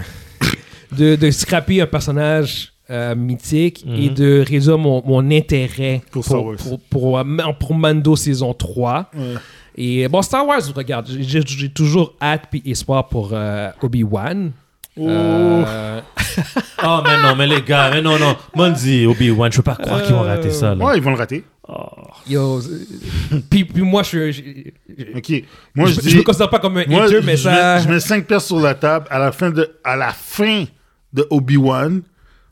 de, de scraper un personnage euh, mythique Mhm. et de réduire mon, mon intérêt Pour Star pour, Wars. pour, pour, euh, Man- pour Mando saison 3. Ouais. Et euh, bon, Star Wars, regarde, j'ai- j'ai j'ai toujours hâte puis espoir pour euh, Obi-Wan. Oh. Euh, Oh, mais non, mais les gars, mais non, non. Mondi, Obi-Wan, je peux pas croire qu'ils vont rater ça, là. Euh, Ouais, ils vont le rater. yo, c'est- puis, puis moi, je, je, je, Ok. Moi, je, je dis. me considère pas comme un moi, hater, mais je ça. mets- je mets 5 pièces sur la table. À la fin de, à la fin de Obi-Wan,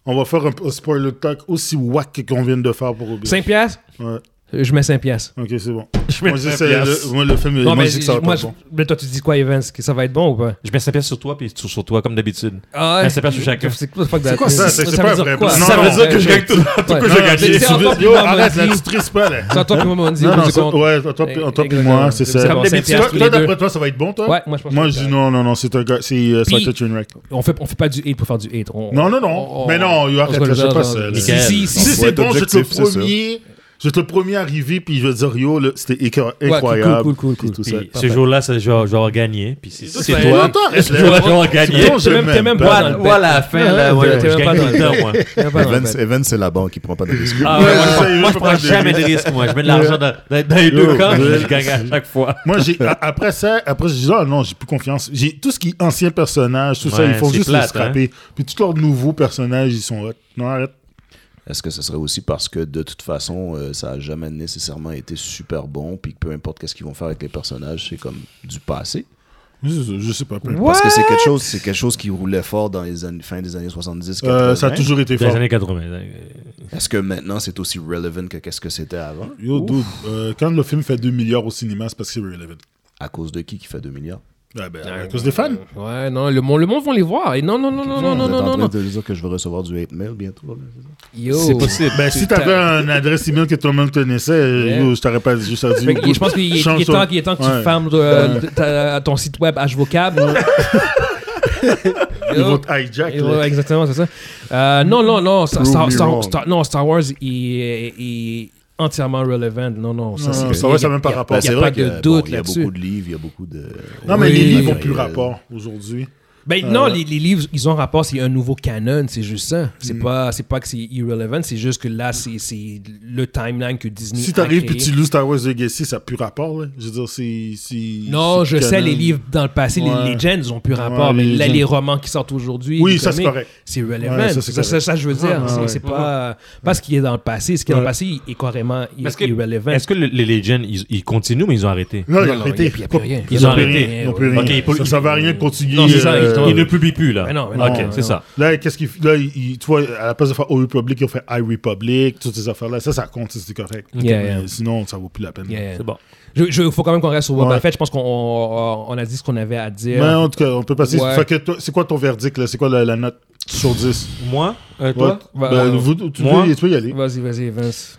on va faire un, un spoiler talk aussi wack que qu'on vient de faire pour Obi-Wan. 5 piastres? Ouais. Je mets 5 piastres. Ok, c'est bon. mets Moi, je dis, cinq c'est piastres. le, moi, le film, Non, moi, mais, je dis que ça va moi, pas être je- bon. mais toi, tu dis quoi, Evans Que ça va être bon ou pas Je mets 5 pièces sur toi, puis sur, sur toi, comme d'habitude. ah, Ben, c'est pas sur chacun. C'est quoi, fuck that. quoi ça? C'est- c'est veut pas dire vrai. quoi? Non, Ça veut non, dire que je gagne tout- tout Ouais. que Non, j'ai non, gagné. mais C'est tu en veux- toi, puis yo, moi, arrête, Mandy. là, tu tristes pas, là. C'est à toi que maman dit. Non, au bout non, du ça, compte. ouais, toi, toi, puis- toi, puis moi, c'est ça. C'est bon, Mais cinq tu vois, piastres tous toi, les deux. d'après toi, ça va être bon, toi? Ouais, moi, je pense Moi, que je c'est dis non, non, non, c'est un gars, c'est, euh, ça va Puis- Oh, être une wreck. On fait, on fait pas du hate pour faire du hate. On- Non, non, on- non. on- Mais non, yo, on arrête, se là, je regarde dans- pas ça, là. Si, si, Nickel. si, Si si. Faut c'est être bon, je te le objectif, c'est ça. premier. Je te le premier arrivé, puis je vais dire yo, là, c'était éco- incroyable. cool, cool, puis cool, tout Puis ça. ce jour-là, c'est- je vais je vais avoir gagné. Puis si si c'est c'est- toi, Attends, ce reste là. jour-là, je vais avoir gagné. Non, T'es même- t'es même j'aime pas pas. dans le Voilà, à la Ouais, fin, là, ouais, ouais, t'es je même pas gagne tout le dans temps, moi. Y'a pas Evans, d'embête. Evans, c'est la banque, il prend pas de risques. Ah, ouais, Ouais, moi, je je prends- sais, moi, je je peux prends pas dire. jamais de risque, moi. Je mets de l'argent dans, dans- dans les Yo, deux camps, je- je gagne à chaque fois. Moi, j'ai, a- après ça, après, je dis, ah non, j'ai plus confiance. J'ai tout ce qui est ancien personnage, tout ça, Ouais, ils font c'est juste hein. les plate, scraper. Puis tous leurs nouveaux personnages, ils sont hot. Non, arrête. Est-ce que ce serait aussi parce que de toute façon, euh, ça a jamais nécessairement été super bon, puis que peu importe qu'est-ce qu'ils vont faire avec les personnages, c'est comme du passé. Je, je sais pas. peu importe. Parce que c'est quelque chose, c'est quelque chose qui roulait fort dans les années, fin des années 70. Euh, ça a hein. 80. toujours été Des fort. années 80. euh, Est-ce que maintenant c'est aussi relevant que qu'est-ce que c'était avant Yo, dude, euh, quand le film fait 2 milliards au cinéma, c'est parce que c'est relevant. À cause de qui qui fait 2 milliards Ah, ben, à cause des fans. Ouais, non, le monde, le monde vont les voir. Et non, non, non, non, non, non, Vous êtes en non, train non. de dire que je vais recevoir du hate mail bientôt. là, c'est ça? Yo. C'est possible. Ben, si t'avais une adresse email que tout le monde connaissait, euh, Ouais. yo, je t'aurais pas juste à dire. Fait que Je pense qu'il est, Change il est ton- temps, il est temps que tu Ouais. fermes euh, ta- ton site web HVocab. Ils vont te hijack. Et là. ouais, exactement, c'est ça. Euh, non, non, non, Star, Prove Star- me Star- wrong. Star- non, Star Wars est, est entièrement relevant. Non, non, ça, Non, c'est- Star Wars, ça a même pas y a- y rapport. a c'est pas vrai de que, doute Euh, bon, Il y a là-dessus. beaucoup de livres, il y a beaucoup de. Non, mais Oui. les livres ont Ouais, plus euh, rapport aujourd'hui. Ben non, les, les livres, ils ont rapport, c'est un nouveau canon, c'est juste ça. C'est Mm. pas, c'est pas que c'est irrelevant, c'est juste que là, c'est, c'est le timeline que Disney Si a t'arrives créé. puis tu loues Star Wars Legacy, ça n'a plus rapport, là. Je veux dire, c'est. c'est- Non, c'est je sais, canon. les livres dans le passé, les- Ouais. les legends ont plus rapport, Ouais, mais les là, legends. les romans qui sortent aujourd'hui, Oui, les ça, c'est comics, correct. C'est relevant. Ouais, ça, ça, c'est ça, correct. ça, je veux dire, Ah, c'est, ouais. c'est pas, pas ce qui est dans le passé. Ce qui est dans le Ouais. passé il est carrément il- Parce que- irrelevant. Est-ce que le- les Legends, ils, ils continuent, mais ils ont arrêté Non, Non, ils non, ont il y a- arrêté. il y a plus rien. Ils ont arrêté. Ils n'ont plus ouais. rien. Ok, il peut- ça, ça va rien de continuer. Non, c'est ça, euh, exactement. Ils ne publient plus, là. Mais non, mais non, ok, non, c'est non. ça. Là, qu'est-ce qu'ils. Là, ils- tu vois, à la place de faire OU Public, ils ont fait iRepublic, toutes ces affaires-là. Ça, ça compte, si c'est correct. Yeah, Mais yeah. Sinon, ça vaut plus la peine. Yeah. C'est bon. Je, je- faut quand même qu'on reste sur Ouais. Ben, Boba Fett. Je pense qu'on on- on a dit ce qu'on avait à dire. Mais en tout cas, on peut passer. Ouais. Fait que toi, c'est quoi ton verdict, là? C'est quoi la, la note sur 10? Moi, euh, toi Ouais. Bah, Ben, euh, vous- tu, moi? peux, y- tu peux y aller. Vas-y, vas-y, Vince.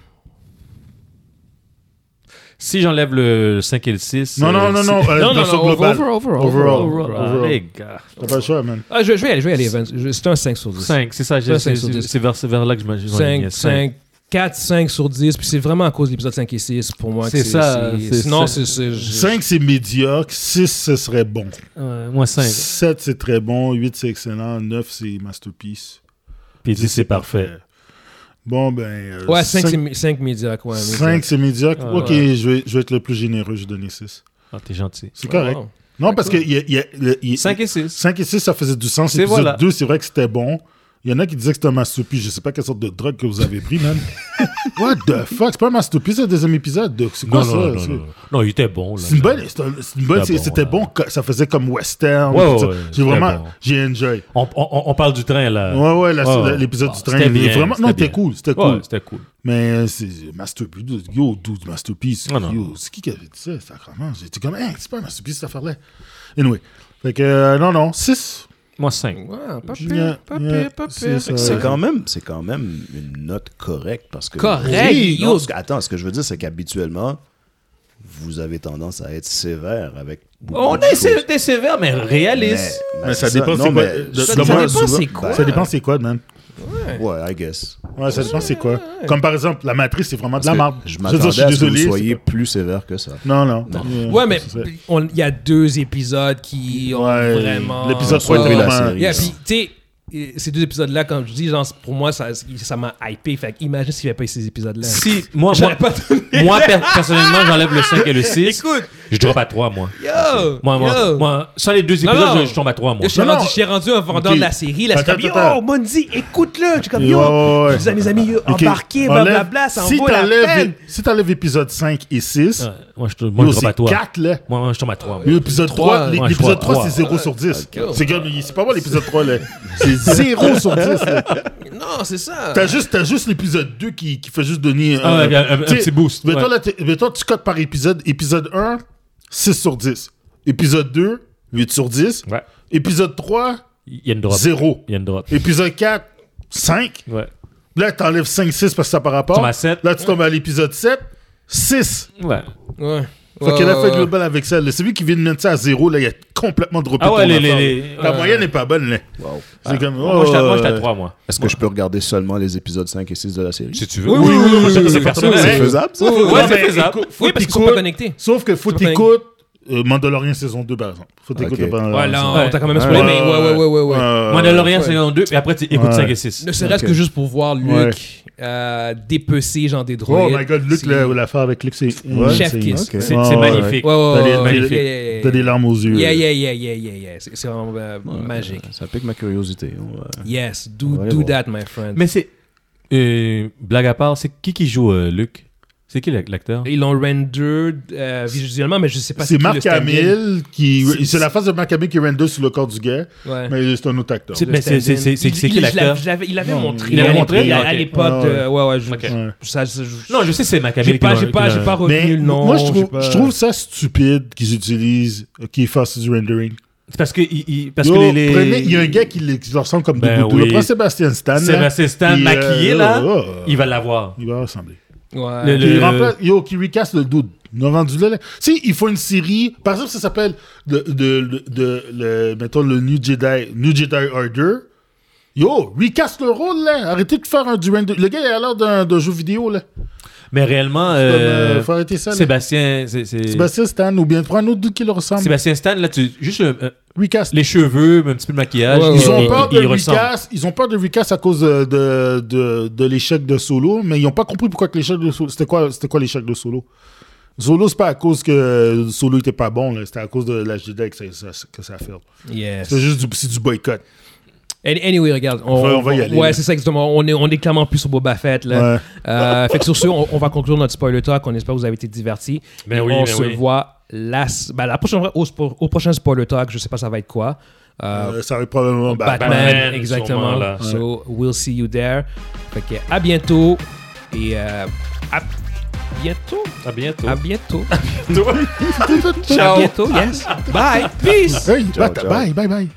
Si j'enlève le 5 et le 6. Non, non, non, non. euh, dans son global. over- overall, Overall. overall. Overall. Ah, Les gars. T'as pas le choix, man. Ah, je, je vais y aller, je vais y aller, Vince. Je- C'est un 5 sur 10. 5, c'est ça. j'ai- Ouais, C'est cinq sur dix. c'est vers, c'est vers là que je m'agis. 5, 5, 4, 5 sur 10. Puis c'est vraiment à cause de l'épisode 5 et 6 pour moi. que C'est ça, c'est- Sinon, c'est- c'est. c'est- je- 5, c'est médiocre. 6, ce serait bon. Moi, 5. 7, c'est très bon. 8, c'est excellent. 9, c'est masterpiece. Euh, Puis 10, c'est parfait. Bon, ben. euh, Ouais, 5, cinq- c'est mi- cinq médiocre. Ouais, cinq, c'est médiocre. Ah, ok, ouais. je, vais, je vais être le plus généreux, je vais donner 6. Ah, t'es gentil. C'est correct. Wow. Non, parce que il y a, il y a- le- il- 5 et 6. 5 et 6, ça faisait du sens. C'est Épisode voilà. 2, c'est vrai que c'était bon. Il y en a qui disaient que c'était un masterpiece. Je sais pas quelle sorte de drogue que vous avez pris, man. What the fuck? C'est pas un masterpiece, c'est le deuxième épisode. C'est quoi Non, ça? non, non, C'est- non. Non, il était bon, là. C'est une bonne, c'est un- c'est une bonne, C'était c'est- c'était bon, bon, co- ça faisait comme western. Ouais, tout ça. ouais, j'ai c'était vraiment, bon. j'ai enjoy. On, on- on parle du train, là. Ouais, ouais, la- Ouais, ouais. l'épisode Ah, du train, c'était il est bien, vraiment, c'était non, c'était bien. cool, c'était Ouais, cool. c'était cool. Mais euh, c'est masterpiece, yo, dude, masterpiece, Ah, non. yo, c'est qui qui avait dit ça, sacrément? J'étais comme, hey, c'est pas un masterpiece cette affaire-là. Anyway, fait que, euh, non, non, 6. Moi, 5. Ouais, pas Yeah, pire, pas yeah, pire, pas c'est pire. ça. C'est quand même, c'est quand même une note correcte parce que. Correct, Oui, non, yo. ce que- attends, ce que je veux dire, c'est qu'habituellement, vous avez tendance à être sévère avec. beaucoup On de est, choses. sé- t'es sévère, mais réaliste. Mais, Mais ça c'est dépend Non, c'est quoi- mais de- Ça- souvent, ça dépend souvent- c'est quoi. Ça dépend c'est quoi, man. ben, ouais, I guess. Ouais, ça dépend c'est quoi. Comme par exemple, la matrice, c'est vraiment de la merde. Je veux dire, m'attendais à ce que vous c'est soyez pas- plus sévère que ça. Non, non. Euh, Ouais, mais c'est ça. on- il y a deux épisodes qui ont Ouais, vraiment. L'épisode trois 3 de est la vraiment. série. Yeah, puis, tu sais, euh, ces deux épisodes-là, comme je dis, genre, c'est- pour moi, ça ça m'a hypé. Fait que imagine s'il n'y avait pas eu ces épisodes-là. Si, moi, moi, J'aurais pas donné. moi, per- personnellement, j'enlève le 5 et le 6. Écoute. Je drop à 3, moi. Yo! Moi, moi, yo. moi, sans les deux Non, épisodes, non. Je, je tombe à 3, moi. Je suis Non, rendu, non. je suis rendu un vendeur Ok. de la série. Là, je suis Attends, comme, yo, attends. Mondi, écoute-le. Je suis comme, Ouais, yo, ouais, ouais. je dis à mes amis, yo, Ok, embarquez, enlève- blablabla, ça en si vaut la t'enlèves- peine. Si t'enlèves épisode 5 et 6, Ouais, moi, je, moi, yo, je drop à c'est 3. 4 là. Moi, moi, je tombe à 3. Yo, L'épisode 3, Trois, l'é- ouais, l'épisode trois, 3, c'est 0 sur 10. ok. C'est comme, c'est pas moi l'épisode 3 là. C'est 0 sur 10. là. Non, c'est ça. T'as juste, t'as juste l'épisode 2 qui, qui fait juste donner euh, Ah ouais, bien, un- un t'sais, petit boost, Mais toi, ouais. là, t'es- mais toi, tu cotes par épisode. Épisode 1, 6 sur 10. Épisode 2, 8 sur 10. Ouais. Épisode 3, Il y a une drop. 0. Il y a une drop. Épisode 4, 5. Ouais. Là, t'enlèves 5-6 parce que ça par rapport. Tombes à sept. Là, tu tombes à l'épisode 7, 6. Ouais. Ouais. Fait Ouais, qu'elle a ouais, fait ouais. global avec ça. là. Celui qui vient de mettre ça à zéro, là, il a complètement droppé Ah ouais, ton les- affaire, les- là. Euh, les- La ouais. moyenne n'est pas bonne, là. Wow. C'est comme... moi, je suis à- moi, je suis à euh, 3, moi. Est-ce que je peux regarder seulement les épisodes 5 et 6 de la série Si tu veux. Oui, oui, oui, oui, c'est- oui, C'est oui, personnel. C'est Ouais. faisable, ça Ouais, Ouais, ouais, c'est Non, mais faisable. écoute, faut Oui, parce qu'ils sont t'écoutes- pas connectés. Sauf que faut Faut pas t'écoutes euh, Mandalorian saison 2, par exemple. Faut t'écouter Ok. Mandalorian. Ouais, là, on Ouais. t'a quand même spoilé, Ah, Ouais. mais ouais, ouais, ouais, ouais. ouais. Euh, Mandalorian, ouais. saison 2, et après, tu écoutes Ouais. 5 et 6. Ne serait-ce que juste pour voir Luc Ouais. euh, dépecer, genre, des droïdes. Oh my god, Luc, C'est- là, l'affaire avec Luc, c'est. Ouais, Chef c'est- kiss. Ok. C'est Ouais, c'est ouais. magnifique. Ouais, ouais, T'as des- ouais, ouais, magnifique. yeah, yeah, yeah. T'as des larmes aux yeux. Yeah, yeah, yeah, yeah, yeah, yeah. C'est c'est vraiment euh, magique. Ça pique ma curiosité. on va- Yes, do, Ouais, do bon. that, my friend. Mais c'est. euh, Blague à part, c'est qui qui joue euh, Luc C'est qui l'ac- l'acteur Ils l'ont rendered euh, visuellement, mais je sais pas C'est qui Marc le stand-in. Hamill qui. C'est- C'est la face de Marc Hamill qui render sur le corps du gars, Ouais. mais c'est un autre acteur. C'est- Le mais c'est- stand-in. c'est- c'est- Il- c'est qui il- je l'acteur? l'avais- je l'avais- Il l'avait Non, montré. il l'avait à- montré, à- ok. À l'époque. Ah, ouais. euh, Ouais, ouais. je- Ok. Ouais. je- ça- je- je- Non, je sais, c'est Macamé. J'ai pas, j'ai pas, j'ai pas retenu Mais le nom. moi, je j'ai trouve, pas- je trouve ça stupide qu'ils utilisent, euh, qu'ils fassent du rendering. C'est parce que, il- il- parce Yo, que les- les. prenez- il y a un gars qui, les- qui leur ressemble comme Ben des boutons. oui. Prends Sébastien Stan. là, Sébastien Stan puis, euh, maquillé, là, oh, oh, Il va l'avoir. il va ressembler. Ouais. Le- Qui le- remplace- yo, qui recasse le dude. Ils ont rendu là, là. Tu sais, ils font une série. Par exemple, ça s'appelle de, de, de, de- le, mettons, le New Jedi, New Jedi Order. Yo, recasse le rôle, là. Arrêtez de faire un du render. Le gars, il a l'air d'un d'un jeu vidéo, là. Mais réellement, Comme, euh, euh, faut arrêter ça. là. Sébastien, c'est- c'est- Sébastien Stan, ou bien prends un autre doute qui le ressemble. Sébastien Stan, là, tu, juste le- euh, Recast. les cheveux, un petit peu de maquillage. Ouais, ouais, il- Ils ont, il- peur il- de il ressemble. Recast, ils ont peur de Recast à cause de, de, de, de l'échec de Solo, mais ils n'ont pas compris pourquoi que l'échec de Solo. C'était quoi, c'était quoi l'échec de Solo Solo, c'est pas à cause que Solo était pas bon, là, c'était à cause de la Jedi que ça, ça- que ça a fait. Yes. C'est juste du, c'est du boycott. Any- Anyway, regarde. On, va- on va y aller, Ouais, là. c'est ça, exactement. On est, on est clairement plus sur Boba Fett. Là. Ouais. Euh, fait que sur ce, on, on va conclure notre spoiler talk. On espère que vous avez été divertis. Ben Et oui, on ben se oui. voit la, s- ben, la prochaine fois au, spo- au prochain spoiler talk. Je sais pas ça va être quoi. Ah. Euh, Euh, ça aurait probablement. bah, Batman, Batman, exactement. sûrement, là. So, we'll see you there. Fait que à bientôt. Et euh, à bientôt. À bientôt. À bientôt. À bientôt. yes. Bye. Peace. Hey, Ciao, bata- ciao. bye, bye, bye.